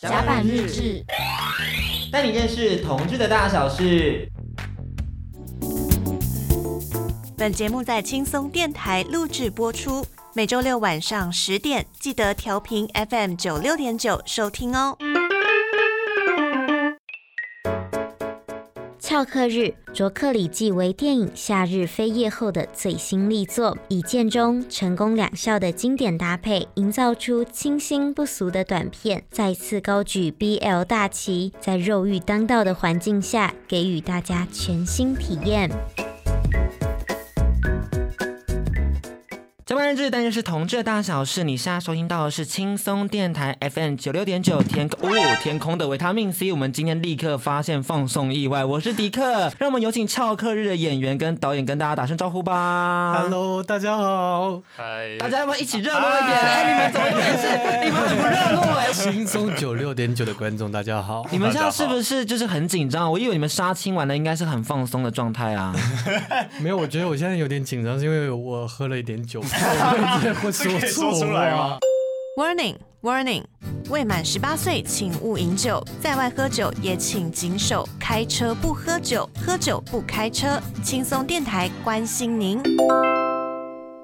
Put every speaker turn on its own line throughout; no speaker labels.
甲板日志，
带你认识同志的大小事。
本节目在轻松电台录制播出，每周六晚上十点记得调频 FM 九六点九收听哦。
翘课日，卓克里纪为电影《夏日飞夜》后的最新力作，以剑中成功两校的经典搭配，营造出清新不俗的短片，再次高举 BL 大旗，在肉欲当道的环境下，给予大家全新体验。
甲板日志，带你认识同志的大小事。你现在收听到的是轻松电台 FM 九六点九天空，哦，天空的维他命 C。我们今天立刻发现放送意外，我是迪克，让我们有请翘课日的演员跟导演跟大家打声招呼吧。
Hello，大家好，
嗨，
大家要不要一起热络一点？哎，你们怎么又是？你们很不热络哎。
轻松九六点九的观众，大家好。
你们现在是不是就是很紧张？我以为你们杀青完了应该是很放松的状态啊。
没有，我觉得我现在有点紧张，是因为我喝了一点酒，我也会
这
说
可以
错
说出来
话
吗？
Warning Warning，未满十八岁请勿饮酒，在外喝酒也请谨守，开车不喝酒，喝酒不开车。轻松电台关心您。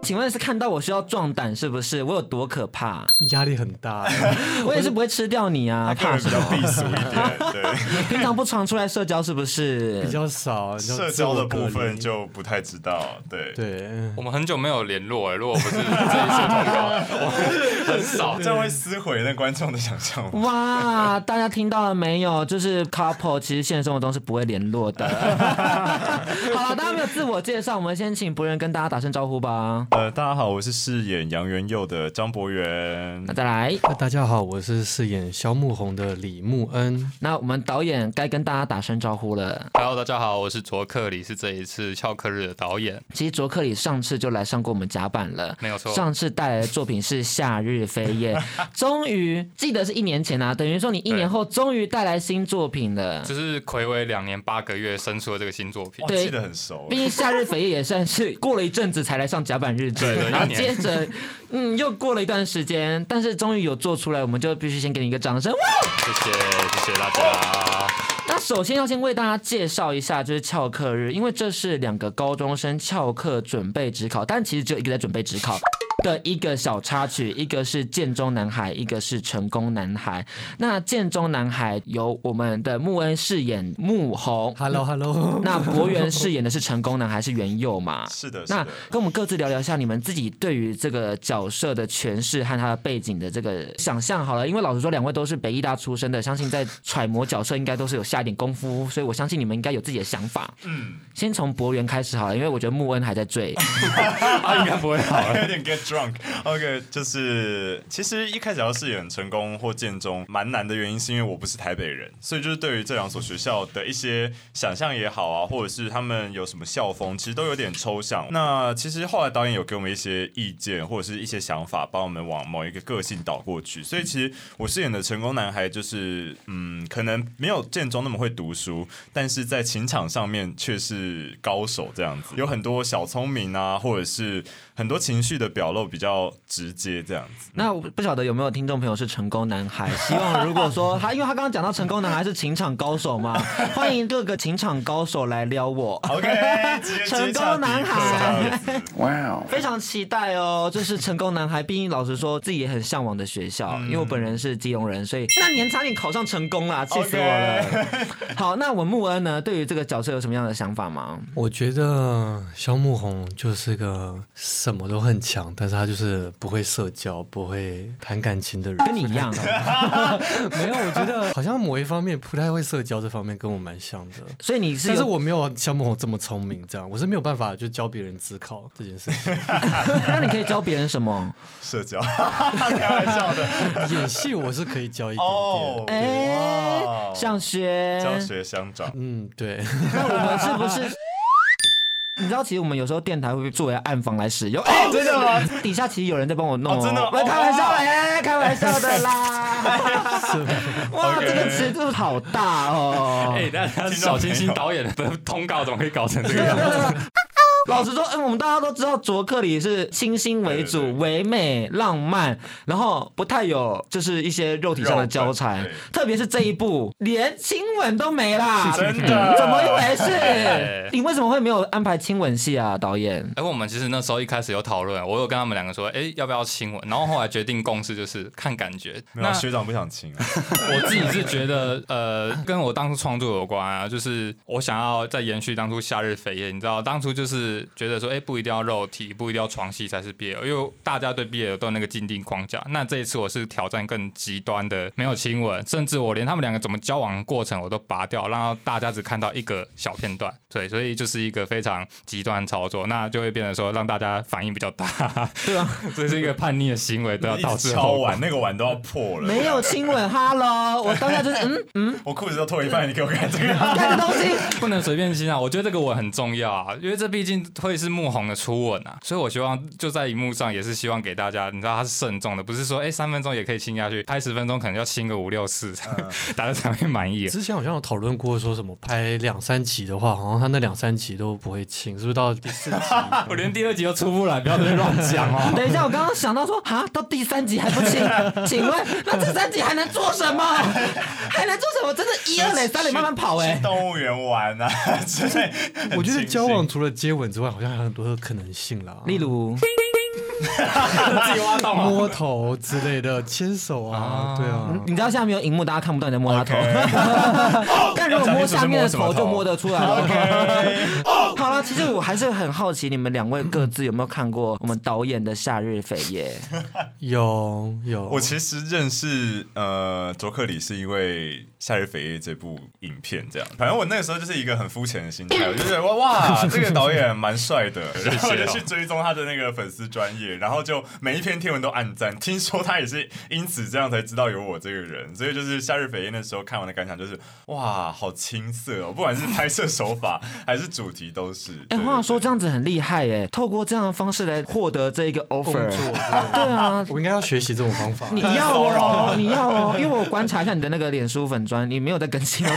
请问是看到我需要壮胆是不是？我有多可怕？
压力很大。
我也是不会吃掉你啊，
他个
怕
人
什
比较
么？
避俗一点， 对，
平常不常出来社交是不是？
比较少，你知道
社
自我
交的
隔
部
离
分就不太知道，对，
对，
我们很久没有联络哎、如果不是这一次通告， 我很少。
这样会撕毁那观众的想象吗。
哇，大家听到了没有？就是 couple 其实现实生活中是不会联络的。好了，大家没有自我介绍，我们先请博人跟大家打声招呼吧。
呃，大家好，我是饰演杨元佑的张博元
那，再来，
那大家好，我是饰演萧慕红的李慕恩。
那我们导演该跟大家打声招呼了。
Hello，大家好，我是卓克里，是这一次翘课日的导演。
其实卓克里上次就来上过我们甲板了，
没有错
上次带来的作品是《夏日飞燕》，终于记得是一年前啊，等于说你一年后终于带来新作品了。
就是暌违两年八个月生出了这个新作品
哇，，
对
记得很熟
毕，竟《夏日肥夜》也算是过了一阵子才来上甲板日志
对对，
然后
一
接
年
着，嗯，又过了一段时间，但是终于有做出来，我们就必须先给你一个掌声。哇！
谢谢谢谢大家。
那首先要先为大家介绍一下，就是翘课日，因为这是两个高中生翘课准备职考，但其实只有一个在准备职考。的一个小插曲，一个是建中男孩，一个是成功男孩。那建中男孩由我们的穆恩饰演穆红
Hello，Hello，
那博元饰演的是成功男孩，是元佑嘛？
是的，是
那
的
跟。我们各自聊聊一下你们自己对于这个角色的诠释和他的背景的这个想象好了，因为老实说，两位都是北医大出身的，相信在揣摩角色应该都是有下一点功夫，所以我相信你们应该有自己的想法。嗯，先从博元开始好了，因为我觉得穆恩还在 追。
啊，应该不会好了。
有点 get drunk。OK，就是其实一开始要饰演成功或建中蛮难的原因，是因为我不是台北人，所以就是对于这两所学校的一些想象也好啊，或者是他们有什么校风，其实都有点抽象。那其实后来导演有给我们一些意见或者是一些想法，帮我们往某一个个性导过去。所以其实我饰演的成功男孩就是，嗯，可能没有建中那么会读书，但是在情场上面却是高手这样子，有很多小聪明啊，或者是很多情绪的表露比较直接这样子。
那我不晓得有没有听众朋友是成功男孩？希望如果说他，因为他刚刚讲到成功男孩是情场高手 嘛，欢迎各个情场高手来撩我。
OK，直接
成
接洽
功男
迪克
孩
这样 子
非常期待哦，就是成功男孩，毕竟老实说自己也很向往的学校，
嗯
因为我本人是基隆人，所以那年差点考上成功啦，气死我了。 好，那我穆恩呢，对于这个角色有什么样的想法吗？
我觉得萧慕红就是个什么都很强，但是他就是不会社交、不会谈感情的人。
跟你一 样，
没有，我觉得好像某一方面不太会社交，这方面跟我蛮像 的。
所以你是
但是
有，
我没有萧慕红这么聪明，这样我是没有办法就教别人自考这件事情。
那你可以教别人什 么？
社交，开玩笑的
演戏我是可以教一点
哦
点。。
哎
哇
上学，
教学相长，
嗯，对，
那我们是不是？你知道，其实我们有时候电台会被作为暗房来使用。哎、真的吗？底下其实有人在帮我弄、
哦真的吗
我开玩笑，哎、开玩笑的 啦。
是吗
哇
OK 哎
这个尺度好大哦。
哎，那小清新导演的通告怎么可以搞成这个
对
样？
啊
老实说，嗯，我们大家都知道卓克里是清新为
对对
主、唯美、浪漫，然后不太有就是一些肉体上的交缠
肉体，
特别是这一部连亲吻都没啦，
真的哎
怎么一回事？你为什么会没有安排亲吻戏啊，导演？
哎、我们其实那时候一开始有讨论，我有跟他们两个说，哎、要不要亲吻？然后后来决定共识就是看感觉。
没有
那
啊学长不想亲啊，
我自己是觉得，呃，跟我当初创作有关啊，就是我想要再延续当初《夏日飞夜》，你知道，当初就是觉得说，哎、不一定要肉体，不一定要床戏才是 BL，因为大家对 BL 都有那个禁定框架。那这一次我是挑战更极端的，没有亲吻，甚至我连他们两个怎么交往的过程我都拔掉，让大家只看到一个小片段。对，所以就是一个非常极端的操作，那就会变成说让大家反应比较大。
对啊，
这是一个叛逆的行为，都要导
一直
致
敲
啊后果
碗，。那个碗都要破了。
没有亲吻哈喽，我当下就是嗯，
我裤子都脱一半，你给我看这个。
看这东西。
不能随便亲啊！我觉得这个吻很重要啊，因为这毕竟会是穆红的初吻啊，所以我希望就在荧幕上也是希望给大家，你知道他是慎重的，不是说哎三、分钟也可以亲下去，拍十分钟可能要亲个五六次， 大家才会满意。
之前好像有讨论过，说什么拍两三集的话，好像他那两三集都不会亲，是不是到第 四集？
我连第二集都出不来，不要在那边乱讲 哦。
等一下，我刚刚想到说，啊，到第三集还不亲，请问那第三集还能做什么？还能做什么？真的，一二垒、三垒慢慢跑哎、
去动物园玩啊 之类。很
我觉得
清
交往
新
除了接吻之外，好像还有很多的可能性啦，
例如，
自己挖洞啊
摸头之类的，牵手啊，对啊。
嗯
你知道下面有荧幕，大家看不到你在摸他头 但如
要
果摸
讲清楚
下
是
面
摸
的
什么
头，就
头
摸得出来了。
OK，
好了，其实我还是很好奇，你们两位各自有没有看过我们导演的《夏日扉夜》？
有有，
我其实认识呃卓克里是因为《夏日肥夜》这部影片，这样。反正我那个时候就是一个很肤浅的心态，我就觉得哇哇，这个导演蛮帅的，然后我
哦
就去追踪他的那个粉丝专业，然后就每一篇贴文都暗赞。听说他也是因此这样才知道有我这个人，所以就是《夏日肥夜》那时候看完的感想就是哇，好青涩哦，不管是拍摄手法还是主题都是。
哎、
对
话说这样子很厉害哎、透过这样的方式来获得这一个 offer，对啊。
我应该要学习这种方法。
你要哦，你要哦，因为我观察一下你的那个脸书粉砖，你没有在更新 哦。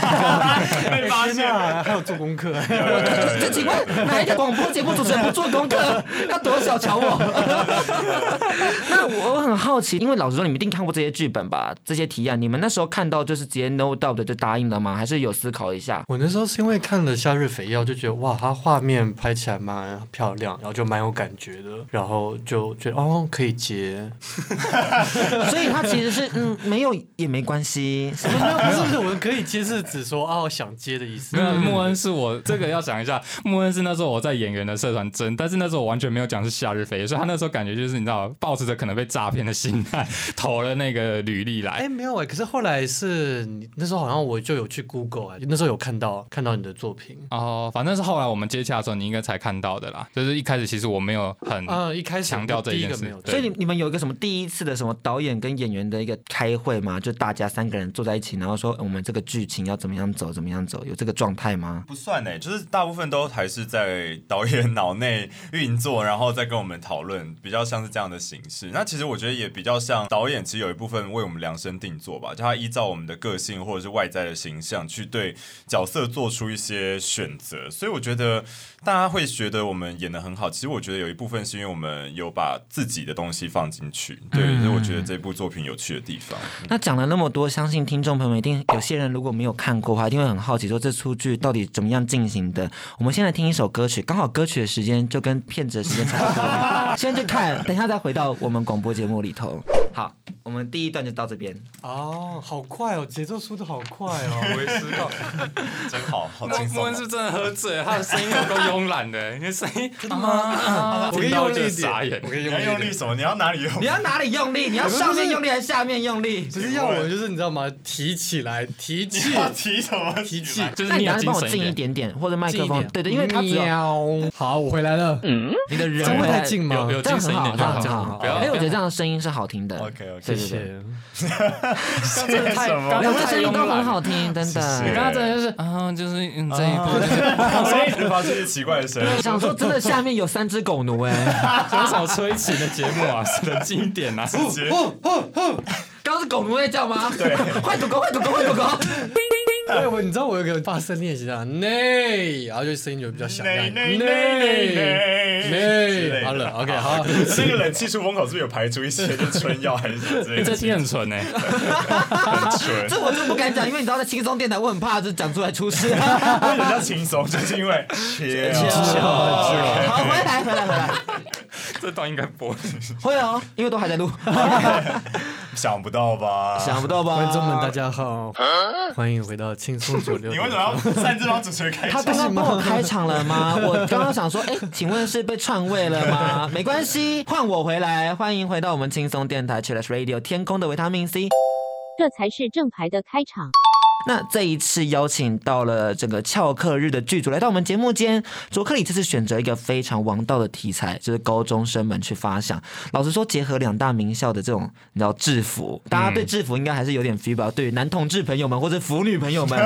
被发现了。
还 有做功课，
这请问哪一个广播节目主持人不做功课？要多小瞧我？那我我很好奇，因为老实说，你们一定看过这些剧本吧？这些提案，你们那时候看到就是直接 no doubt 的就答应了吗？还是有思考一 下？
我那时候是因为看了《夏日肥妖》，就觉得哇，它画面拍起来蛮漂亮，然后就蛮有感觉的，然后就觉得哦可以 接。
所以他其实是嗯，没有也没关系。
不是不是不是，我可以接是指说哦想接的意思
没。有，穆恩是我这个要讲一下，穆恩是那时候我在演员的社团争，但是那时候我完全没有讲是夏日飞，所以他那时候感觉就是你知道，抱持着可能被诈骗的心态 投了那个履历来
哎、。没有哎、可是后来是你那时候好像我就有去 Google 哎、那时候有看到看到你的作品。
哦，反正是后来我们接洽的时候，你应该才看到的啦。就是一开始其实我没有很，
啊，一开始
强调这
第
一
一
件
个
事
没有，
对
所以你你们有一个什么第一次的什么导演跟演员的一个开会吗？就大家三个人坐在一起，然后说嗯我们这个剧情要怎么样走，怎么样走，有这个状态吗？
不算呢、就是大部分都还是在导演脑内运作，然后再跟我们讨论，比较像是这样的形式。那其实我觉得也比较像导演，其实有一部分为我们量身定做吧，就他依照我们的个性或者是外在的形象去对角色做出一些选择。所以我觉得大家会觉得我们演的很好，其实我觉得有一部分是因为我们有把自己的东西放进去，对， 所以我觉得这部作品有趣的地方。
那讲了那么多，相信听众朋友们一定有些人如果没有看过的话，一定会很好奇说这出剧到底怎么样进行的。我们现在听一首歌曲，刚好歌曲的时间就跟骗子的时间差不多，先去看，等一下再回到我们广播节目里头。好，我们第一段就到这边。
哦，好快哦，节奏速度好快哦。
我也知道，
真好，好
穆
轻
穆
松
恩
哦、
是不是真的喝醉了，他的声音有够慵懒 的，你的声音真的吗？
我可以
听到
用
就
力一
傻
点
眼，
我可以
你
用
要
力一
用
点
力。什么？你要哪里用
你？要哪里用力？你要上面用力还是下面用力？
只是要我就是你知道吗？提起来，提气
你，要提什么？
提气。
就是
那你
你
还
要
是
精
帮我
神
近一
一点。
点点，或者麦克风
近一点，嗯
对对，因为它只有
喵好，我回来了。
你的人
这样
会
会太近吗？
有有
这样
精神
很
一
好，
点
这
就
样
好，
很好。
不要。
哎，我觉得这样的声音是好听的。
OK，OK
对
谢
对对，
谢。
谢
太
什么？
刚
两
刚
位
太
声音
慵
都很
懒
好听，真的。
谢
刚刚真的就是啊，就是嗯这一步， 就是
我一直发出一些奇怪的声音。
想说真的，下面有三只狗奴哎、
很少催情的节目啊，冷静一点啊。
直接
刚刚是狗奴在叫吗？对，坏狗狗，坏狗狗，坏狗狗。
对，我你知道我有个发声练习啊，内，然后就声音就比较响亮一
内内
点，
内内之类
内，
的
好了，OK，好，
那个冷气出风口是不是有排出一些就是春药还是什么之类
哎这
的？
期很纯哎、
很纯，
这我就不敢讲，因为你知道在轻松电台，我很怕就是讲出来出事。
为什么叫轻松？就是因为切
好，回来回来回来，
这段应该播。
会哦，因为都还在 录，
想不到吧？
想不到吧？
观众们大家好，欢迎回到轻松九六。
你为什么要擅自帮主持人开
他
场？
刚刚帮我开场了 吗？我刚刚想说，哎、请问是被篡位了吗？没关系，换我回来，欢迎回到我们轻松电台 Chill Radio 天空的维他命 C。
这才是正牌的开场。
那这一次邀请到了这个翘课日的剧组来到我们节目间，卓克里这次选择一个非常王道的题材，就是高中生们去发想。老实说，结合两大名校的这种你知道制服，
嗯
大家对制服应该还是有点 feel 吧？对于男同志朋友们或者腐女朋友们，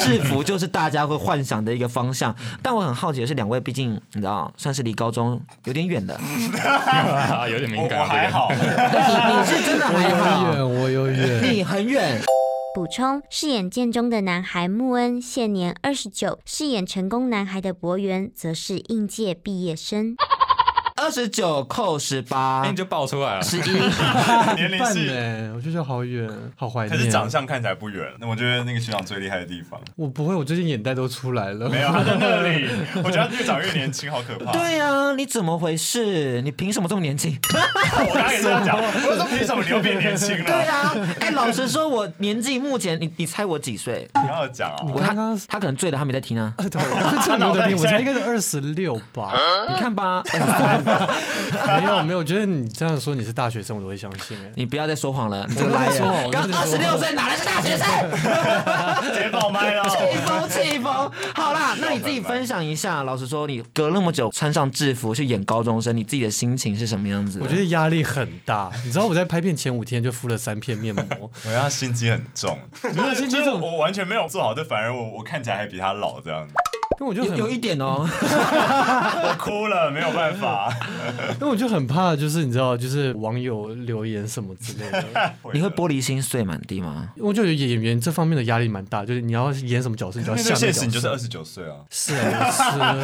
制服就是大家会幻想的一个方向。
嗯
但我很好奇的是，两位毕竟你知道算是离高中有点远 的，
啊，有点
我
敏感
我
啊。这
还
个
好，
你是真的
我
还
有
好，
远，我有远。
你很远。
补充，饰演剑中的男孩穆恩现年二十九，饰演成功男孩的博元则是应届毕业生。
二十九扣十
哎
八
你，就爆出来了。
十一。
年龄
半
是。
呢，我就觉得好远，好怀
可
念。
是长相看起来不远，那我觉得那个学长最厉害的地方
我不会，我最近眼袋都出来了。
没有他在那里，我觉得他越长越年轻，好可怕。
对呀、啊，你怎么回事？你凭什么这么年 轻？
我刚刚也这 样讲，我说凭什么你又变年轻
对
了？
呀、啊，哎，老实说，我年纪目前，你你猜我几岁？
不要讲啊！
我
刚刚呃
他他可能醉了，他没在听啊。
对，这牛的病，我才应该是二十六吧？
你看吧，
没有没有，我觉得你这样说你是大学生，我都会相信哎。
你不要再说谎了，你这个赖
我没有说谎
人。
我
刚
没有
二十
说
六
谎
岁，哪来是大学生？
啊直接爆麦了。
气疯气疯。好啦，那你自己分享一下。老实说，你隔那么久穿上制服去演高中生，你自己的心情是什么样子的？
我觉得压力很大，你知道我在拍片前五天就敷了三片面膜，
我觉得他心机很重，
没有心机
就是
重
我完全没有做好，这反而我我看起来还比他老这样子，
因为我就
有
很
有一点哦，
我哭了，没有办法。
因为我就很怕，就是你知道，就是网友留言什么之类 的，
你会玻璃心碎满地吗？
我就觉得演员这方面的压力蛮大，就是你要演什么角色，你就要
面
像
对
那
现
角色。
实，你就是二十九岁啊。
是 啊，是啊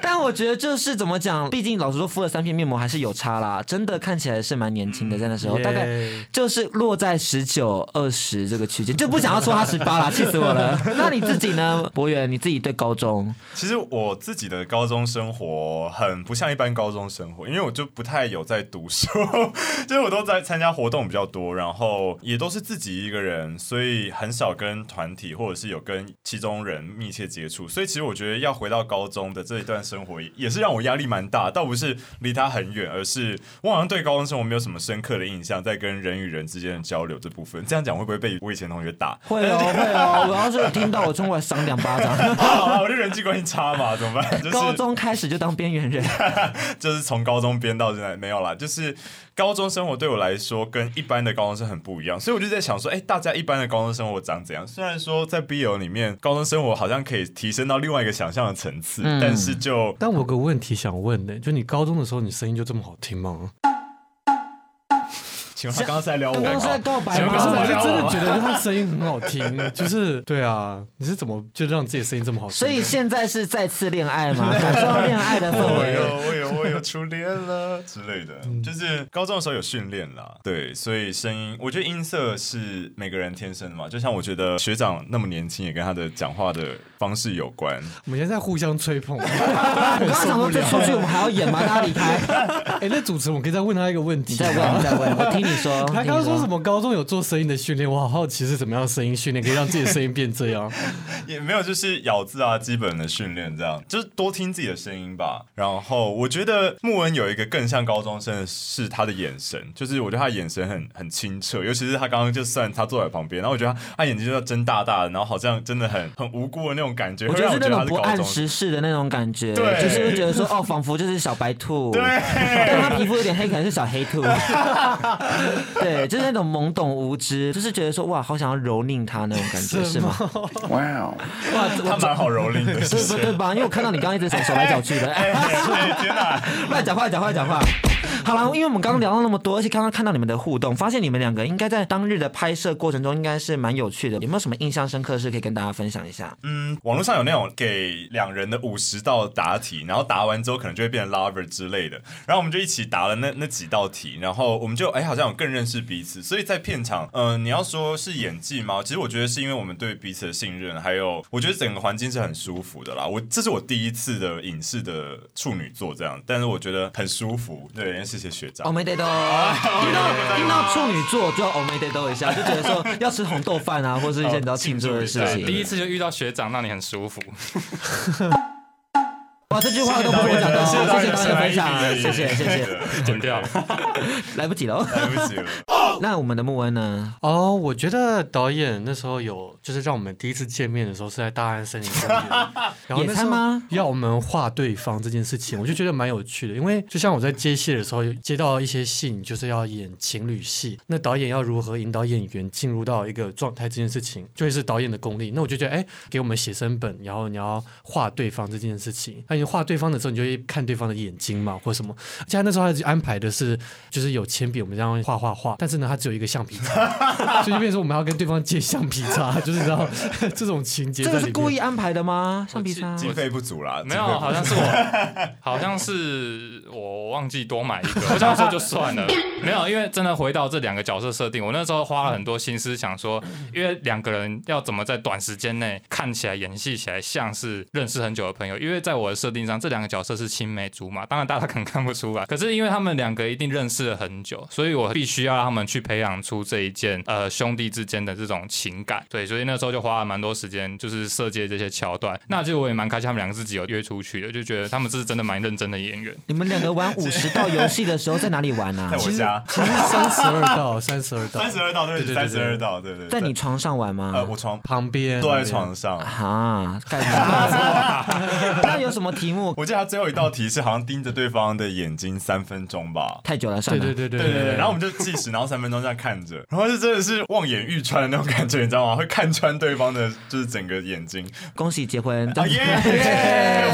但我觉得就是怎么讲，毕竟老实说，敷了三片面膜还是有差啦，真的看起来是蛮年轻的，在那时候
耶
大概就是落在十九、二十这个区间，就不想要说他十八啦，气死我 了。那你自己呢，博远？你自己对高中
其实我自己的高中生活很不像一般高中生活，因为我就不太有在读书，就是我都在参加活动比较多，然后也都是自己一个人，所以很少跟团体或者是有跟其中人密切接触。所以其实我觉得要回到高中的这一段生活，也是让我压力蛮大，倒不是离他很远，而是我好像对高中生活没有什么深刻的印象，在跟人与人之间的交流这部分。这样讲会不会被我以前同学打？
会 哦
啊
会哦，我要是听到我冲过来赏两巴掌。
好了，我就人际关系差嘛，怎么办？就是
高中开始就当边缘人，
就是从高中编到现在没有啦，就是高中生活对我来说跟一般的高中生很不一样，所以我就在想说，哎、大家一般的高中生活长怎样？虽然说在 BL 里面，高中生活好像可以提升到另外一个想象的层次，
嗯
但是就
但我有个问题想问呢、就你高中的时候，你声音就这么好听吗？
请问他刚刚是在撩我
刚刚是在
吗？
告白
前
哎不
面
是，
刚
我
才
是
聊
吗？
我
真的觉得他声音很好听，就是对啊，你是怎么就让自己声音这么好听？
所以现在是再次恋爱 吗？感受到恋爱的氛
我
围。
哦有我有我有初恋了之类的，
嗯
就是高中的时候有训练啦，对，所以声音，我觉得音色是每个人天生的嘛，就像我觉得学长那么年轻，也跟他的讲话的方式有关。
我们现在在互相吹 捧。
我啊刚刚想说，这出去我们还要演吗？大家离 开。
哎、那主持人，我可以再问他一个问题
你
吗？
再问，你再问，我听你说。
他刚刚说什
么？
么高中有做声音的训练，我好好奇是怎么样的声音训练可以让自己的声音变这样。
也没有，就是咬字啊，基本的训练这样，就是多听自己的声音吧。然后我觉得穆恩有一个更像高中生的是他的眼神，就是我觉得他的眼神很很清澈，尤其是他刚刚就算他坐在旁边，然后我觉得他他眼睛就要睁大大的，然后好像真的很很无辜的那种感觉，
我
会
觉得
让
是
我
那
觉
种
得他是
不
高
谙
中生。
时事的那种感觉，
对
就是会觉得说，哦，仿佛就是小白兔，
对，
但他皮肤有点黑，可能是小黑兔，对，就是那种懵懂无知，就是觉得说，哇，好想要蹂躏他那种感觉，是吗？哇，
他
我
蛮好蹂躏的，谢
对不
谢。
对吧？因为我看到你刚刚一直手手来脚去的，
哎哎天哪！
乱讲话，讲话，讲话。好了，因为我们刚刚聊到那么多，而且刚刚看到你们的互动，发现你们两个应该在当日的拍摄过程中应该是蛮有趣的，有没有什么印象深刻的事可以跟大家分享一下？
嗯，网络上有那种给两人的五十道答题，然后答完之后可能就会变成 lover 之类的。然后我们就一起答了那那几道题，然后我们就哎、好像有更认识彼此。所以在片场，嗯、你要说是演技吗？其实我觉得是因为我们对彼此的信任，还有我觉得整个环境是很舒服的啦。我这是我第一次的影视的处女作这样，但是我觉得很舒服。对，谢谢学长。
欧美得豆，听到听到处女座就要欧美得豆一下，就觉得说要吃红豆饭啊，或是一些你知道庆祝的事
对，
情。
第一次就遇到学长，让你很舒 服。
哇，这句话都不会讲到，
谢谢
谢
导
谢
演
大家分享，
谢
谢
谢
谢谢谢，
剪掉。
来不及了。哦
来不及了，
那我们的穆恩呢？
哦，我觉得导演那时候有，就是让我们第一次见面的时候是在大安森林 公园，然后
野
那
餐
时候
吗
要我们画对方这件事情，我就觉得蛮有趣的，因为就像我在接戏的时候，接到一些戏，你就是要演情侣戏，那导演要如何引导演员进入到一个状态，这件事情就会是导演的功力。那我就觉得，哎，给我们写生本，然后你要画对方这件事情，那你画对方的时候，你就会看对方的眼睛嘛，或什么。而且他那时候他安排的是，就是有铅笔，我们这样画画画，但是呢，他只有一个橡皮擦。所以就变成说我们要跟对方借橡皮擦，就是你知道这种情节
这
在
个
里
是
面。
故意安排的吗？橡皮擦？
经费不足啦，
没有，
经费不足
好像是我，好像是我忘记多买一个。我想说就算了，没有，因为真的回到这两个角色设定，我那时候花了很多心思想说，因为两个人要怎么在短时间内看起来演戏起来像是认识很久的朋友，因为在我的设定上，这两个角色是青梅竹马，当然大家可能看不出来，可是因为他们两个一定认识了很久，所以我必须要让他们去培养出这一件呃兄弟之间的这种情感。对，所以那时候就花了蛮多时间，就是设计这些桥段。那就我也蛮开心，他们两个自己有约出去的，就觉得他们是真的蛮认真的演员。
你们两个玩五十道游戏的 时候在哪里玩啊
在？我家
其实三十二道，三十二道，
三十二道，对不起，
对对
三
对
十二道，对对，对
在你床上玩吗？
呃，我床
旁边
坐在床上。
啊，干嘛？ 那有什么题目？
我记得他最后一道题是好像盯着对方的眼睛三分钟吧。
太久了，算
对
了。
对对对
对对对，然后我们就计时，然后三分钟这样看着，然后就真的是望眼欲穿的那种感觉，你知道吗？会看穿对方的，就是整个眼睛。
恭喜结婚！
啊耶！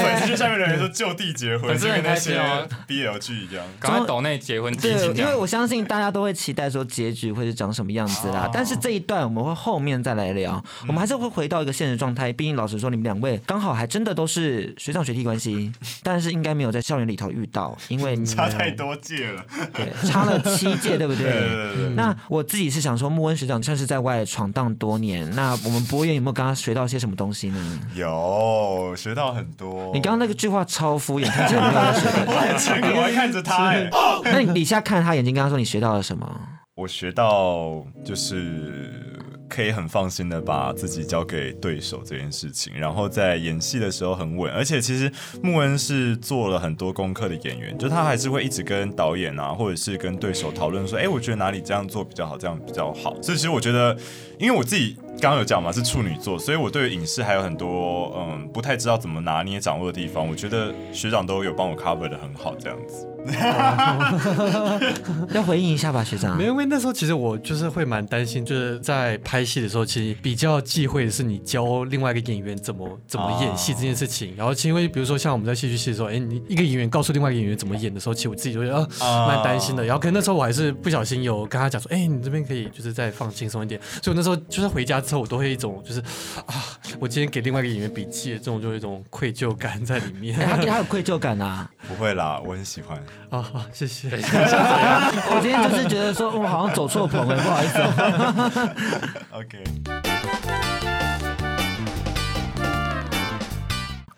粉丝就下面的人说就地结婚，
粉丝
就
很
跟那
开心
些
哦
BL 剧一样。
赶快抖内结婚基
对，
金这
因为
样。
我相信大家都会期待说结局会是长什么样子啦。但是这一段我们会后面再来聊，我们还是会回到一个现实状态。毕竟老实说，你们两位刚好还真的都是学长学弟关系，但是应该没有在校园里头遇到，因为你
差太多届了，
对差了七届，对不
对对对对，
那我自己是想说，穆恩学长算是在外闯荡多年，那我们博远有没有跟他学到些什么东西呢？
有学到很多。
你刚刚那个句话超敷衍，看起来没有在学
我很诚 恳，我还看着他哎，
到。那你底下看他眼睛，跟他说你学到了什么？
我学到就是可以很放心的把自己交给对手这件事情，然后在演戏的时候很稳，而且其实穆恩是做了很多功课的演员，就他还是会一直跟导演啊，或者是跟对手讨论说，哎，我觉得哪里这样做比较好，这样比较好。所以其实我觉得，因为我自己刚刚有讲嘛，是处女座，所以我对影视还有很多嗯不太知道怎么拿捏掌握的地方，我觉得学长都有帮我 cover 的很好，这样子。
要回应一下吧，学长
没。有，因为那时候其实我就是会蛮担心，就是在拍戏的时候，其实比较忌讳的是你教另外一个演员怎么怎么演戏这件事情。然后，其实因为比如说像我们在戏剧系的时候，哎，你一个演员告诉另外一个演员怎么演的时候，其实我自己就觉得啊、
啊
蛮担心的。然后，可能那时候我还是不小心有跟他讲说，哎，你这边可以就是再放轻松一点。所以我那时候就是回家之后，我都会一种就是啊，我今天给另外一个演员笔记，这种就有一种愧疚感在里面
哎他他有愧疚感啊！
不会啦，我很喜欢。
啊。好谢谢。
我今天就是觉得说，我好像走错棚了，不 好意思、哦。
OK。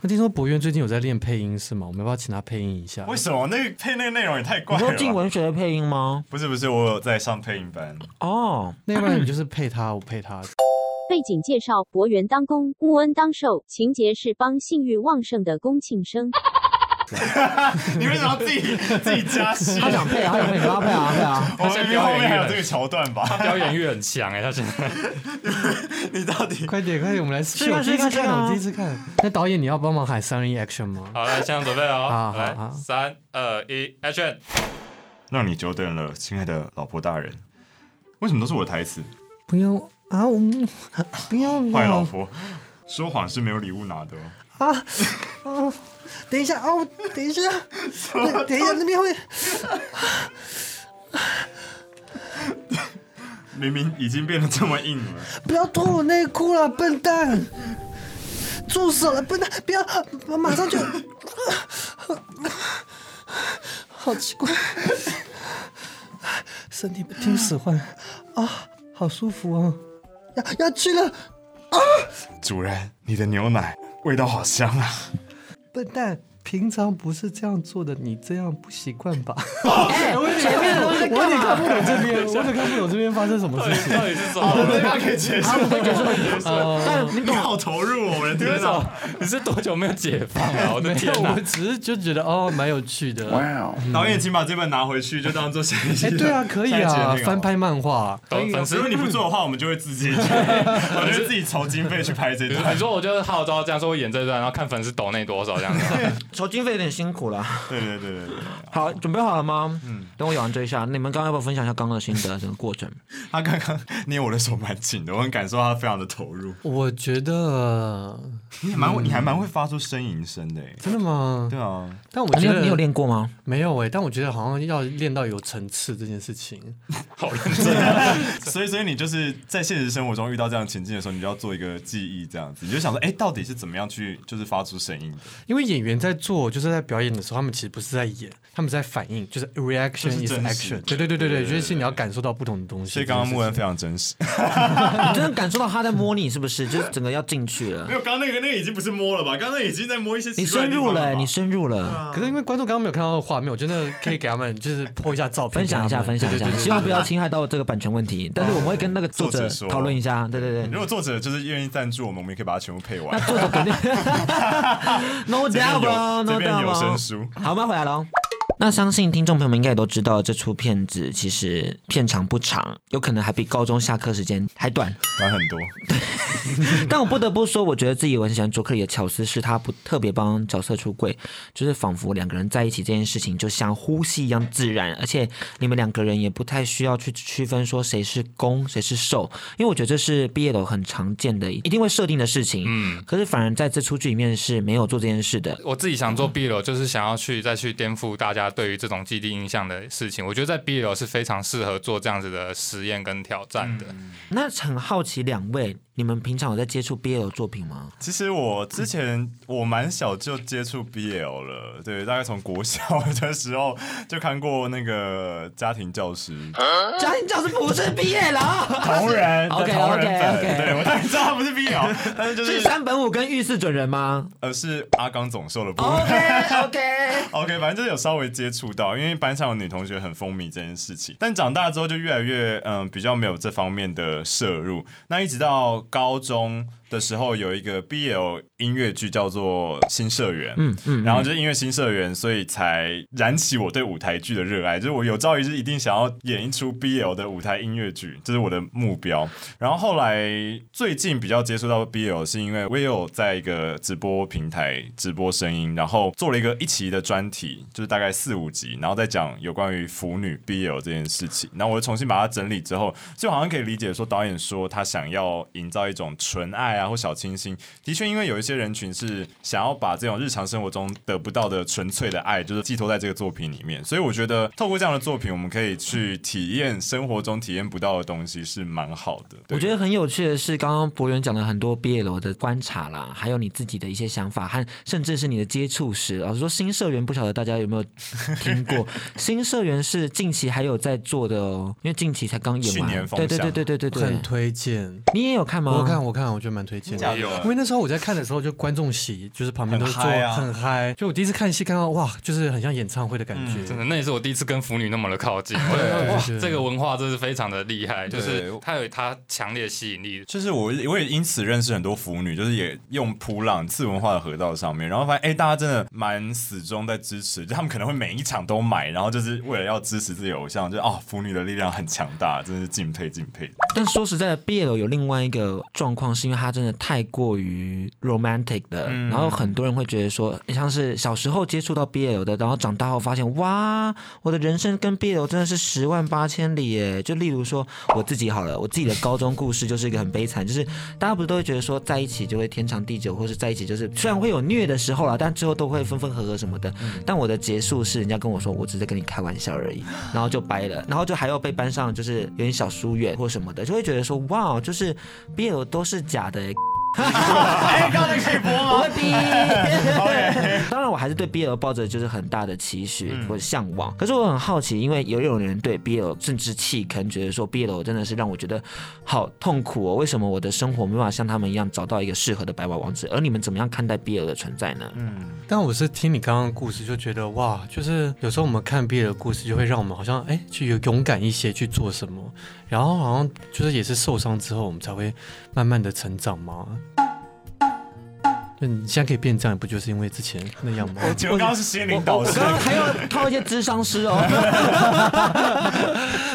那听说博渊最近有在练配音是吗？我们要不要请他配音一下？
为什么那个配那个内容也太怪
你
了
说
吧？
进文学的配音吗？
不是不是，我有在上配音班。
哦，
那要不然你就是配他，我配他。
背景介绍：博元当公，穆恩当受，情节是帮性欲旺盛的公庆生。
你为什么要自己自己加 戏？
他想配啊，他想配，他配啊，配 啊！
我们后面还有这个桥段 吧？
表演欲很强哎、他现在
你到底
快点，快点，我们来试。
是啊
我第一
是啊
次
是
看，
啊
我第一次看。那导演，你要帮忙喊三二一 action 吗？
好来，现在准备
好
哦，
好好
来三二一，action！
让你久等了，亲爱的老婆大人？为什么都是我的台词？
不要啊，我们 不要
坏老
了
婆，说谎是没有礼物拿的哦。
啊！啊等一下啊，我等 一下，那等一下那边会，
明明已经变得这么硬了，
不要脱我内裤了，笨蛋！住手了，笨蛋！不要，我马上就， 好奇怪， 身体不听使唤啊，好舒服哦，要要去了，
主人，你的牛奶味道好香 啊！
笨蛋！平常不是这样做的，你这样不习惯吧？
哎，前面的东西在
我有
干
点看不
嘛？
懂这边，我有点看不懂这边发生什么事情。
到底是什么？
那可以结束，结 束，
哦但你
你好投入哦，我的天哪！
你是多久没有解放了？ 我的天
我
哪！
们只是就觉得哦，蛮有趣的。
导演，请把这本拿回去，就当做下一集。
哎，对啊，可以
下一集的
啊
那，个
翻。拍漫画。
粉丝
如果你不做的话，我们就会 自己去，我就会自己筹经费去拍这 段
你。说我就是号召这样说，我演这段，然后看粉丝抖内多少这样子。
筹经费有点辛苦了。
对对对对对，
好，准备好了吗？嗯，等我演完这一下，你们刚刚要不要分享一下刚刚的心得整个过程？
他刚刚捏我的手蛮紧的，我很感受他非常的投入。
我觉得
你蛮会，你还蛮会发出呻吟声的欸。
真的吗？
对啊，
但我
你
觉
有
得
你有练过吗？
没有哎，但我觉得好像要练到有层次这件事情。
所以所以你就是在现实生活中遇到这样的情境的时候，你就要做一个记忆，这样子，你就想说，哎，到底是怎么样去就是发出声音的？
因为演员在做，就是在表演的时候，他们其实不是在演，他们在反应，就是 reaction
就是
is
真实
action。对对对对对，
对
就是你要感受到不同的东西。
所以刚刚木恩非常真实。
啊
你真的感受到他在摸你是不是？就是整个要进去了
嗯
没，有，刚刚那个那个已经不是摸了吧？刚刚已经在摸一些
你
奇怪的
深
地
入
方吧
了，你深入了，
可是因为观众刚刚没有看到的画面，我真的可以给他们就是破一下照片
分
给
享
他们，
一下，分享一下
对，对对
希望不要侵害到这个版权问题。但是我们会跟那个作
作
者
者说
讨论一下，对对
如
对。
果作者就是愿意赞助我们，我们也可以把它全部配完。
作者肯定 ，no
这边
doubt
有
bro,
这
no
边
doubt
有
bro
声书，
好，我们要回来喽。那相信听众朋友们应该也都知道，这出片子其实片长不长，有可能还比高中下课时间还短。
管很多。
但我不得不说，我觉得自己我很喜欢卓克里的巧思，是他不特别帮角色出柜，就是仿佛两个人在一起这件事情就像呼吸一样自然，而且你们两个人也不太需要去区分说谁是攻谁是受，因为我觉得这是毕业楼很常见的，一定会设定的事情。嗯，可是反而在这出剧里面是没有做这件事的。
我自己想做 BL，就是想要去再去颠覆大家对于这种既定印象的事情。我觉得在 BL 是非常适合做这样子的实验跟挑战的。
那很好奇两位，你们平常有在接触 BL 作品吗？
其实我之前我蛮小就接触 BL 了，对，大概从国小的时候就看过那个家庭教师
家庭教师不是 BL，
同人
OK，
的同人
OK，OK
本，对我当然知道他不是 BL，但是就是是
山本五跟御四准人吗
呃是阿刚总受的部分。
？OK OK。
OK，反正就是有稍微接触到，因为班上有女同学很风靡这件事情，但长大之后就越来越嗯比较没有这方面的摄入。那一直到高中的时候，有一个 BL 音乐剧叫做《新社员》，嗯嗯，然后就是因为《新社员》，所以才燃起我对舞台剧的热爱，就是我有朝一日一定想要演一出 BL 的舞台音乐剧，这是我的目标。然后后来最近比较接触到 BL，是因为我也有在一个直播平台直播声音，然后做了一个一期的专题，就是大概四五集，然后再讲有关于腐女 BL 这件事情。然后我又重新把它整理之后，就好像可以理解说，导演说他想要营造一种纯爱啊或小清新，的确，因为有一些人群是想要把这种日常生活中得不到的纯粹的爱，就是寄托在这个作品里面。所以我觉得透过这样的作品，我们可以去体验生活中体验不到的东西，是蛮好的。对
我觉得很有趣的是，刚刚博源讲了很多 BL 的观察啦，还有你自己的一些想法，和甚至是你的接触史。老实说，新社员不晓得大家有没有听过？新社员是近期还有在做的哦，因为近期才刚演
去
完
年。封
对对对对对对对啊
很，推荐。
你也有看吗？
我看，我看，我觉得蛮推荐
假
的。
的
因为那时候我在看的时候，就观众席就是旁边都是坐
很嗨啊
很嗨，就我第一次看戏看到哇，就是很像演唱会的感
嗯
觉。
真的，那也是我第一次跟腐女那么的靠近。我觉得哇，这个文化真是非常的厉害，就是它有它强烈的吸引力。
就是我，我也因此认识很多腐女，就是也用普朗次文化的河道上面，然后发现哎、大家真的蛮始终在支持，就他们可能会每一场都买，然后就是为了要支持自啊己的偶像，就哦，腐女的力量很强大，真是敬佩敬佩。
但说实在的，BL 有另外一个个状况，是因为它真的太过于 romantic 的，
嗯
然后很多人会觉得说，像是小时候接触到 BL 的，然后长大后发现，哇，我的人生跟 BL 真的是十万八千里耶。就例如说我自己好了，我自己的高中故事就是一个很悲惨，就是大家不是都会觉得说在一起就会天长地久，或是在一起就是虽然会有虐的时候啦，但最后都会分分合合什么的。但我的结束是人家跟我说我只是在跟你开玩笑而已，然后就掰了，然后就还要被班上就是有点小疏远或什么的，就会觉得说哇，就是 BL 都是假的耶。
哎，刚才可以播
我
吗？
会逼。 当然，我还是对 BL 抱着就是很大的期许或者向往。可是我很好奇，因为有有人对 BL 甚至弃坑，觉得说 BL 真的是让我觉得好痛苦哦。为什么我的生活没办法像他们一样找到一个适合的白马王子？而你们怎么样看待 BL 的存在呢？
但我是听你刚刚的故事，就觉得哇，就是有时候我们看 BL 的故事，就会让我们好像哎，去有勇敢一些去做什么，然后好像就是也是受伤之后，我们才会慢慢的成长嘛。就你现在可以变这样，不就是因为之前那样吗？
结果刚刚是心灵导
我
师
刚，刚还要套一些智商师哦。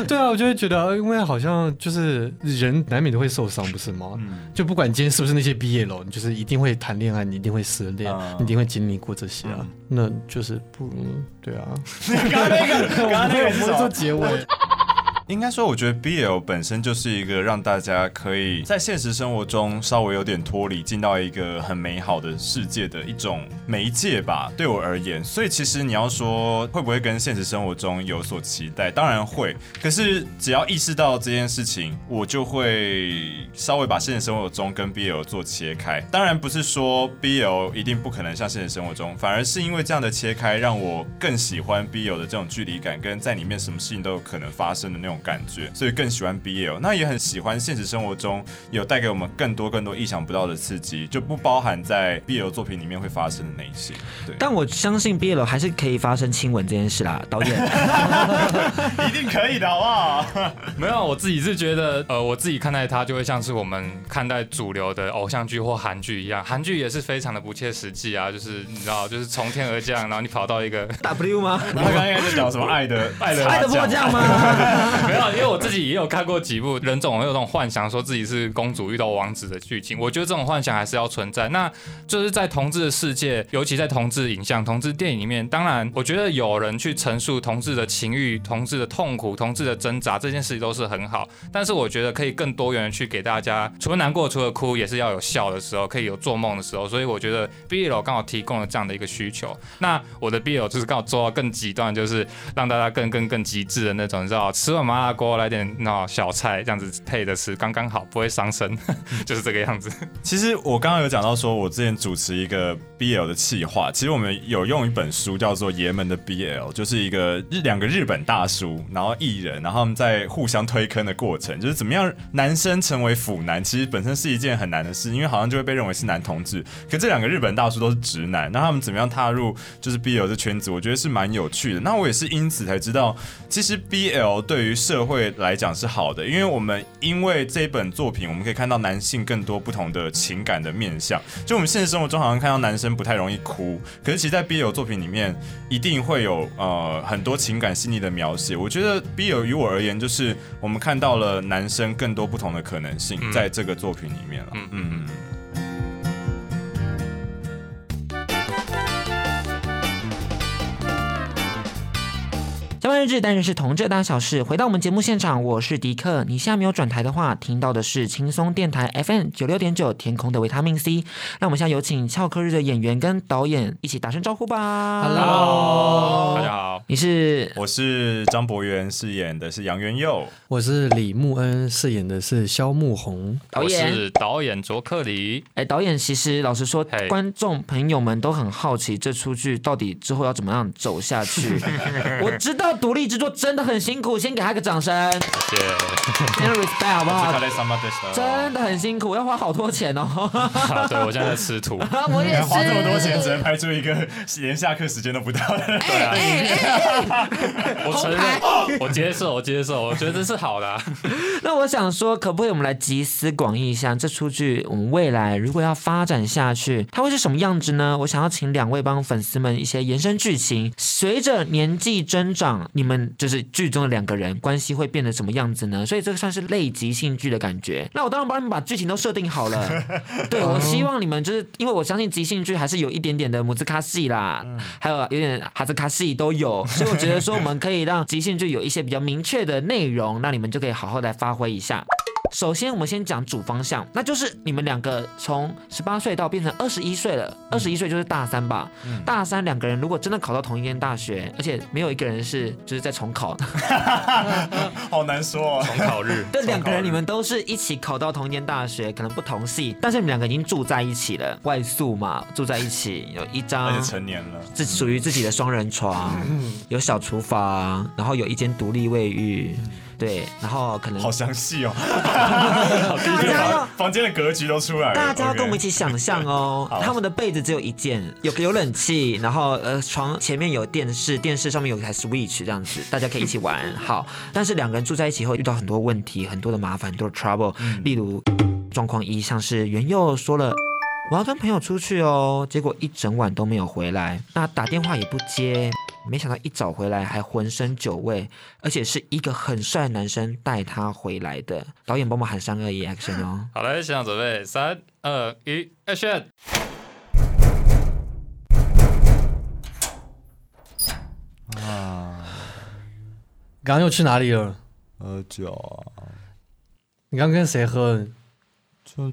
对啊，我就会觉得，因为好像就是人难免都会受伤，不是吗？就不管今天是不是那些毕业楼，你就是一定会谈恋爱，你一定会失恋，
嗯
你一定会经历过这些啊。
嗯
那就是不如对啊，
刚 刚那个，刚刚那个是
我
什
们
么
做？结尾。
应该说，我觉得 BL 本身就是一个让大家可以在现实生活中稍微有点脱离，进到一个很美好的世界的一种媒介吧。对我而言，所以其实你要说会不会跟现实生活中有所期待，当然会。可是只要意识到这件事情，我就会稍微把现实生活中跟 BL 做切开。当然不是说 BL 一定不可能像现实生活中，反而是因为这样的切开，让我更喜欢 BL 的这种距离感，跟在里面什么事情都有可能发生的那种感觉，所以更喜欢 BL。那也很喜欢现实生活中有带给我们更多更多意想不到的刺激，就不包含在 BL 作品里面会发生的那些。对，
但我相信 BL 还是可以发生亲吻这件事啦，导演。
一定可以的，好不好？
没有，啊我自己是觉得，呃，我自己看待它就会像是我们看待主流的偶像剧或韩剧一样，韩剧也是非常的不切实际啊，就是你知道，就是从天而降，然后你跑到一个
W 吗？
然后刚刚应该在讲什么爱的爱 的
爱的迫降吗？
没有，因为我自己也有看过几部，人总会有种幻想，说自己是公主遇到王子的剧情。我觉得这种幻想还是要存在。那就是在同志的世界，尤其在同志影像、同志电影里面，当然，我觉得有人去陈述同志的情欲、同志的痛苦、同志的挣扎这件事情都是很好。但是我觉得可以更多元的去给大家，除了难过，除了哭，也是要有笑的时候，可以有做梦的时候。所以我觉得 BL 刚好提供了这样的一个需求。那我的 BL 就是刚好做到更极端，就是让大家更更更极致的那种，你知道，吃碗麻辣锅来点那小菜，这样子配着吃，刚刚好，不会伤身， 就是这个样子。
其实我刚刚有讲到说，我之前主持一个 BL 的企划，其实我们有用一本书叫做《爷们的 BL》，就是一个日两个日本大叔，然后艺人，然后他们在互相推坑的过程，就是怎么样男生成为腐男，其实本身是一件很难的事，因为好像就会被认为是男同志。可这两个日本大叔都是直男，那他们怎么样踏入就是 BL 这圈子，我觉得是蛮有趣的。那我也是因此才知道，其实 BL 对于社会来讲是好的，因为我们因为这本作品，我们可以看到男性更多不同的情感的面向。就我们现实生活中好像看到男生不太容易哭，可是其实，在 BL 作品里面一定会有呃很多情感细腻的描写。我觉得 BL 于我而言，就是我们看到了男生更多不同的可能性，
嗯
在这个作品里面了。嗯
嗯
嗯。
下班日志当然是同志大小事。回到我们节目现场，我是迪克。你现在没有转台的话，听到的是轻松电台 FM 九六点九天空的维他命 C。那我们现在有请翘课日的演员跟导演一起打声招呼吧。
大家好，
你是
我是张博元饰演的是杨元佑，
我是李穆恩，饰演的是萧慕红。
导
我
演。
是导演卓克里。
哎，导演，其实老实说
嘿，
观众朋友们都很好奇这出剧到底之后要怎么样走下去。我知道独立制作真的很辛苦，先给他个掌声，
谢 谢。
先 respect 好不好？
在上班的时候
啊真的很辛苦，要花好多钱哦。
好对我现在在吃 土。
我也是，哎
花这么多钱，只能拍出一个连下课时间都不到的。对啊，
哎我承认，我接受，我接受，我觉得这是好的 啊、
那我想说，可不可以我们来集思广益一下，这出剧我们未来如果要发展下去，它会是什么样子呢？我想要请两位帮粉丝们一些延伸剧情。随着年纪增长，你你们就是剧中的两个人关系会变得什么样子呢？所以这个算是类即兴剧的感觉。那我当然帮你们把剧情都设定好了。对，我希望你们就是因为我相信即兴剧还是有一点点的母子卡戏啦，还有有点哈兹卡戏都有，所以我觉得说我们可以让即兴剧有一些比较明确的内容，那你们就可以好好来发挥一下。首先，我们先讲主方向，那就是你们两个从十八岁到变成二十一岁了，二十一岁就是大三吧。大三两个人如果真的考到同一间大学，而且没有一个人是就是在重考，
好难说哦。
重考日
这两个人你们都是一起考到同一间大学，可能不同系，但是你们两个已经住在一起了，外宿嘛，住在一起，有一
而
张
且成年了，
自属于自己的双人床，有小厨房，然后有一间独立卫浴，对，然后可能
好详细哦，
大家要
房房间的格局都出来了。
大家要跟我们一
OK
起想象哦
好，
他们的被子只有一件，有有冷气，然后呃床前面有电视，电视上面有一台 Switch 这样子，大家可以一起 玩。好，但是两个人住在一起后遇到很多问题，很多的麻烦，很多的 trouble，、例
嗯
如状况一，像是元佑说了。我要跟朋友出去哦，结果一整晚都没有回来，那打电话也不接，没想到一早回来还浑身酒味，而且是一个很帅的男生带她回来的。导演帮我喊三二一 action 哦。
好嘞，现场准备，三二一，action！
刚刚又去哪里了？
喝酒，啊
你刚刚跟谁喝？
就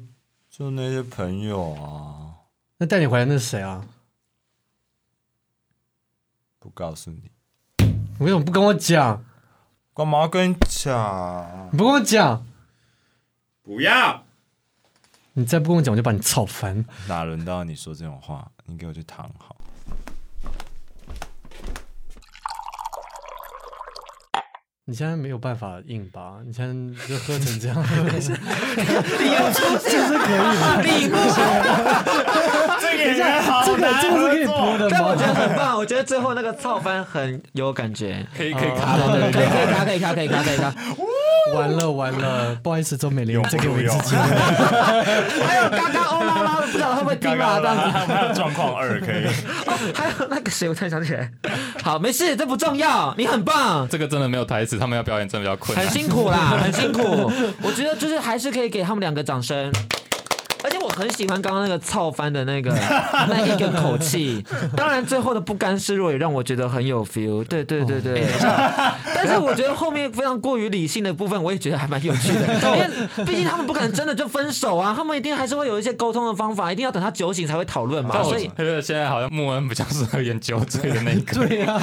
就那些朋友啊，
那带你回来那是谁啊？
不告诉你，
你为什么不跟我讲？
干嘛跟你讲？
你不跟我讲，
不要，
你再不跟我讲，我就把你吵烦。
哪轮到你说这种话？你给我去躺好。
你现在没有办法硬吧？你现在就喝成这样，
这个也好
这个这个是可以播的
但我觉得
吗？
很棒，我觉得最后那个操翻很有感觉。
可以可以卡
对
到
对对，可以卡，可以卡，可以卡，可以卡。
完了完了，不好意思，周美玲，这给我
有
自己。
还有嘎哦嘎欧啦啦，不知道会不会听
刚
啊？
刚
这样子。
啦还有状况二可以，
哦还有那个谁，我突然想起来。好，没事，这不重要，你很棒。
这个真的没有台词，他们要表演真的比较困
很
难。
辛苦 啦，很辛苦。我觉得就是还是可以给他们两个掌声。而且我很喜欢刚刚那个操翻的 那个那一个口气，当然最后的不甘示弱也让我觉得很有 feel。对对对对，
哦哎
但是我觉得后面非常过于理性的部分，我也觉得还蛮有 趣的，
哦
因为毕竟他们不可能真的就分手啊，他们一定还是会有一些沟通的方法，一定要等他酒醒才会讨论嘛。
但我
所以
觉得哦现在好像穆恩比较适合演酒醉的那一个。
对啊，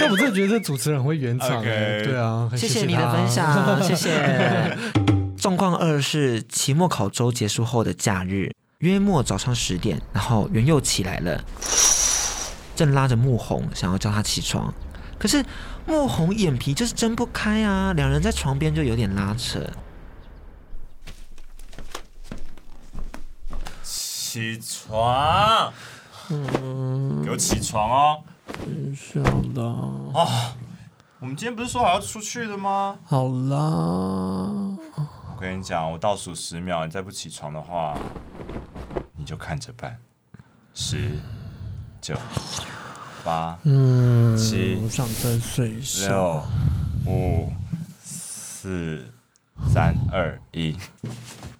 但我真的觉得这主持人很会圆场。
OK
对啊，
哎
很
谢
谢
谢你的
他
分。 享，谢谢。状况二是期末考周结束后的假日，约莫早上十点，然后元佑起来了，正拉着穆红想要叫他起床，可是穆红眼皮就是睁不开啊，两人在床边就有点拉扯。
起床，
嗯
给我起床哦！
好啦，
我们今天不是说好要出去的吗？
好啦，
我跟你讲，我倒数十秒，你再不起床的话，你就看着办。十、九、八、
嗯，
七
我想再睡一下。
六、五、四、三、二、一。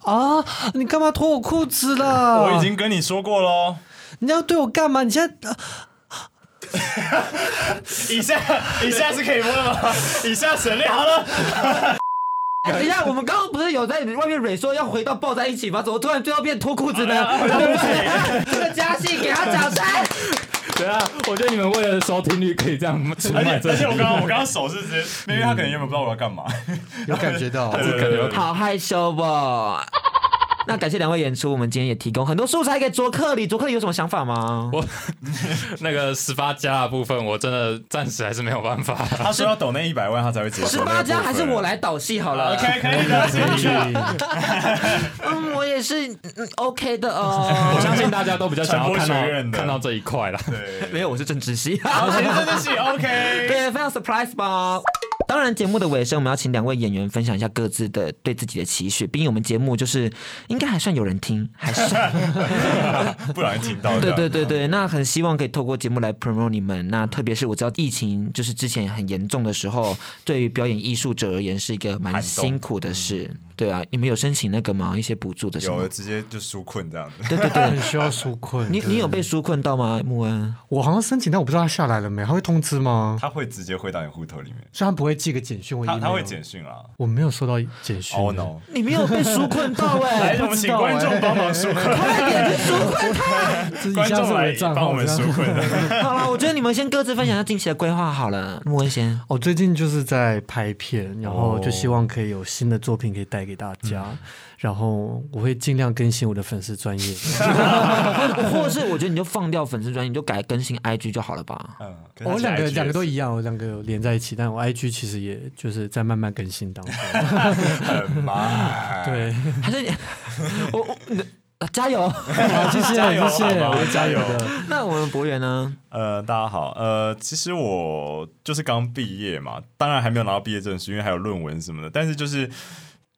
啊！你干嘛脱我裤子
嗯
啦？
我已经跟你说过喽，
你要对我干嘛？你现在、啊
以下以下是可以播的 吗？以下省略好了。
哎等一下，我们刚刚不是有在外面蕊说要回到抱在一起吗？怎么突然最后变脱裤子呢？ 这个嘉信给他掌声。
对啊，我觉得你们为了收听率可以这样出
而且
卖这
而且我
个。
刚刚我刚刚手是直接，因为他可能原本不知道我要干嘛。
有感觉到？
可 能
好害羞哦。 那感谢两位演出，我们今天也提供很多素材给卓克里。卓克里有什么想法吗？
我那个十八加的部分，我真的暂时还是没有办法。
他说要抖那一百万，他才会接受。
十八加还是我？来导戏好了
OK，可以的， 可以的。
嗯，我也是嗯嗯 OK 的哦。
我 相信大家都比较想要看
传播学院的
到看到这一块啦。
对，
没有，我是政治系。
好，其实真的是 OK。
对，非常 surprise 吧。当然，节目的尾声，我们要请两位演员分享一下各自的对自己的期许。毕竟我们节目就是应该还算有人听，还是
不然听到
对
这
对
样
对对。那很希望可以透过节目来 promote 你们。
嗯
那特别是我知道疫情就是之前很严重的时候，对于表演艺术者而言是一个蛮
寒冬
辛苦的事。对啊，你们有申请那个吗？一些补助的什
嗯有
么
的？直接就纾困这样子。
对对对，
很需要纾困。
你
对
你有被纾困到吗？穆恩，
我好像申请，但我不知道他下来了没，他会通知吗？
他会直接汇到你户头里面，
所以他不会寄个简讯或
他
email，
他会简讯啊。
我没有收到简讯。
Oh no！
你没有被纾困到哎、
来，我们请观 众 帮忙纾困，
这一
观
下是
众
我
来
的账
帮
号
我们
这样
纾 困嗯的。
好了，我觉得你们先各自分享一下近期的规划好了。穆恩 先，
我哦最近就是在拍片，然后就希
哦
望可以有新的作品可以带给大家，
嗯
然后我会尽量更新我的粉丝专 业。
或是我觉得你就放掉粉丝专业，你就改更新 IG 就好了吧？
嗯，可是他
我哦两
现
个
在 IG
两个都一样，我两个有连在一起，但我 IG 其实也就是在慢慢更新 当中。
很慢。
对，
还是 我我你的啊加油？
好，谢谢
加油
谢谢，
好
我
吧
会加油
加油
的。
那我们博源呢？
呃，大家好，呃，其实我就是刚毕业嘛，当然还没有拿到毕业证书，因为还有论文什么的。但是就是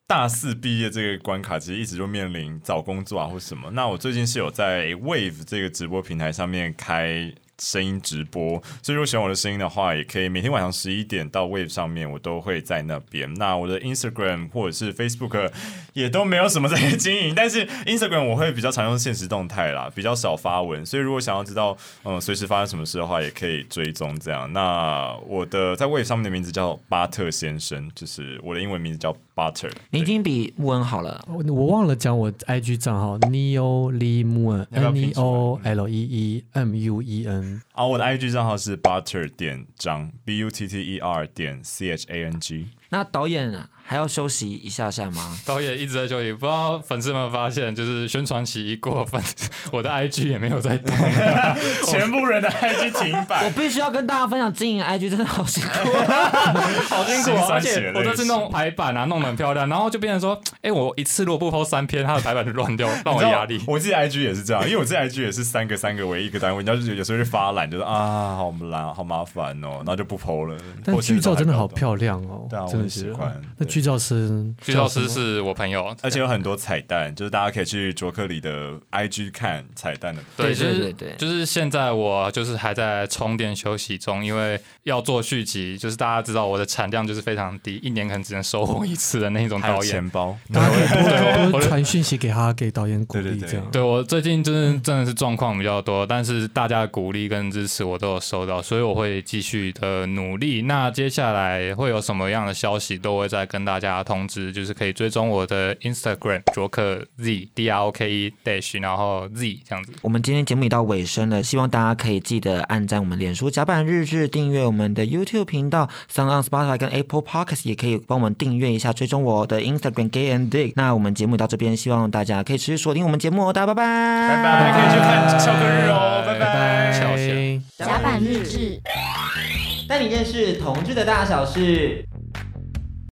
大四毕业这个关卡，其实一直就面临找工作啊或什么。那我最近是有在 Wave 这个直播平台上面开。声音直播，所以如果喜欢我的声音的话，也可以每天晚上十一点到 Wave 上面，我都会在那边。那我的 Instagram 或者是 Facebook 也都没有什么在经营，但是 Instagram 我会比较常用现实动态啦，比较少发文，所以如果想要知道嗯随时发生什么事的话，也可以追踪这样。那我的在 Wave 上面的名字叫巴特先生，就是我的英文名字叫 Butter。
你已经比穆恩好了。
我我忘了讲我 IG 账号 Neo Lee Moon
要不要
N
拼
E
出来
O L E E M U E N。
啊，我的 IG 账号是 Butter 点张 B U T T E R 点 C H A N G。
那导演还要休息一下下吗？
导演一直在休息，不知道粉丝们发现，就是宣传期一过，粉丝我的 IG 也没有在 动。
全部人的 IG 停
我
摆，
必须要跟大家分享，经营 IG 真的好辛 苦。
好辛
是啊而且我这次弄排版啊，弄得很漂亮，然后就变成说，哎、我一次如果不 PO 三篇，他的排版就乱掉，让我压力。
我自己 IG 也是这样，因为我自己 IG 也是三个三个为一个单位，然后就有时候就发懒，就是啊，好懒，好麻烦哦，然后就不 PO 了。
但剧照真的好
亮，
漂亮哦
对啊，
真
我很
的
喜
是
欢。
那剧照师，
剧照师是我朋友，
而且有很多彩蛋，就是大家可以去卓克里的 IG 看彩蛋的。
对
就
对
是
对对
就是现在我就是还在充电休息中，因为要做续集，就是大家知道我的产量就是非常低，一年可能只能收获一次的那种
还有
导演
钱。包，
大家可以多
我
多
的
传讯息给他，给导演鼓
对对
励
对
这样。
对我最近真的真的是状况比较多，但是大家的鼓励跟支持我都有收到，所以我会继续的努力。那接下来会有什么样的消息，都会再跟大家通知，就是可以追踪我的 Instagram 卓克 Z D R O K E dash 然后 Z 这样子。
我们今天节目也到尾声了，希望大家可以记得按赞我们脸书甲板日志，订阅我们的 YouTube 频道 s o n on Spotify 跟 Apple Podcast，也可以帮我们订阅一下，追踪我的 Instagram Gay and Dick。那我们节目到这边，希望大家可以持续锁定我们节目哦，大家拜拜，
拜拜，可以去看肖克日哦，拜拜。啊
翘起来
甲板日志。
带你认识同志的大小事。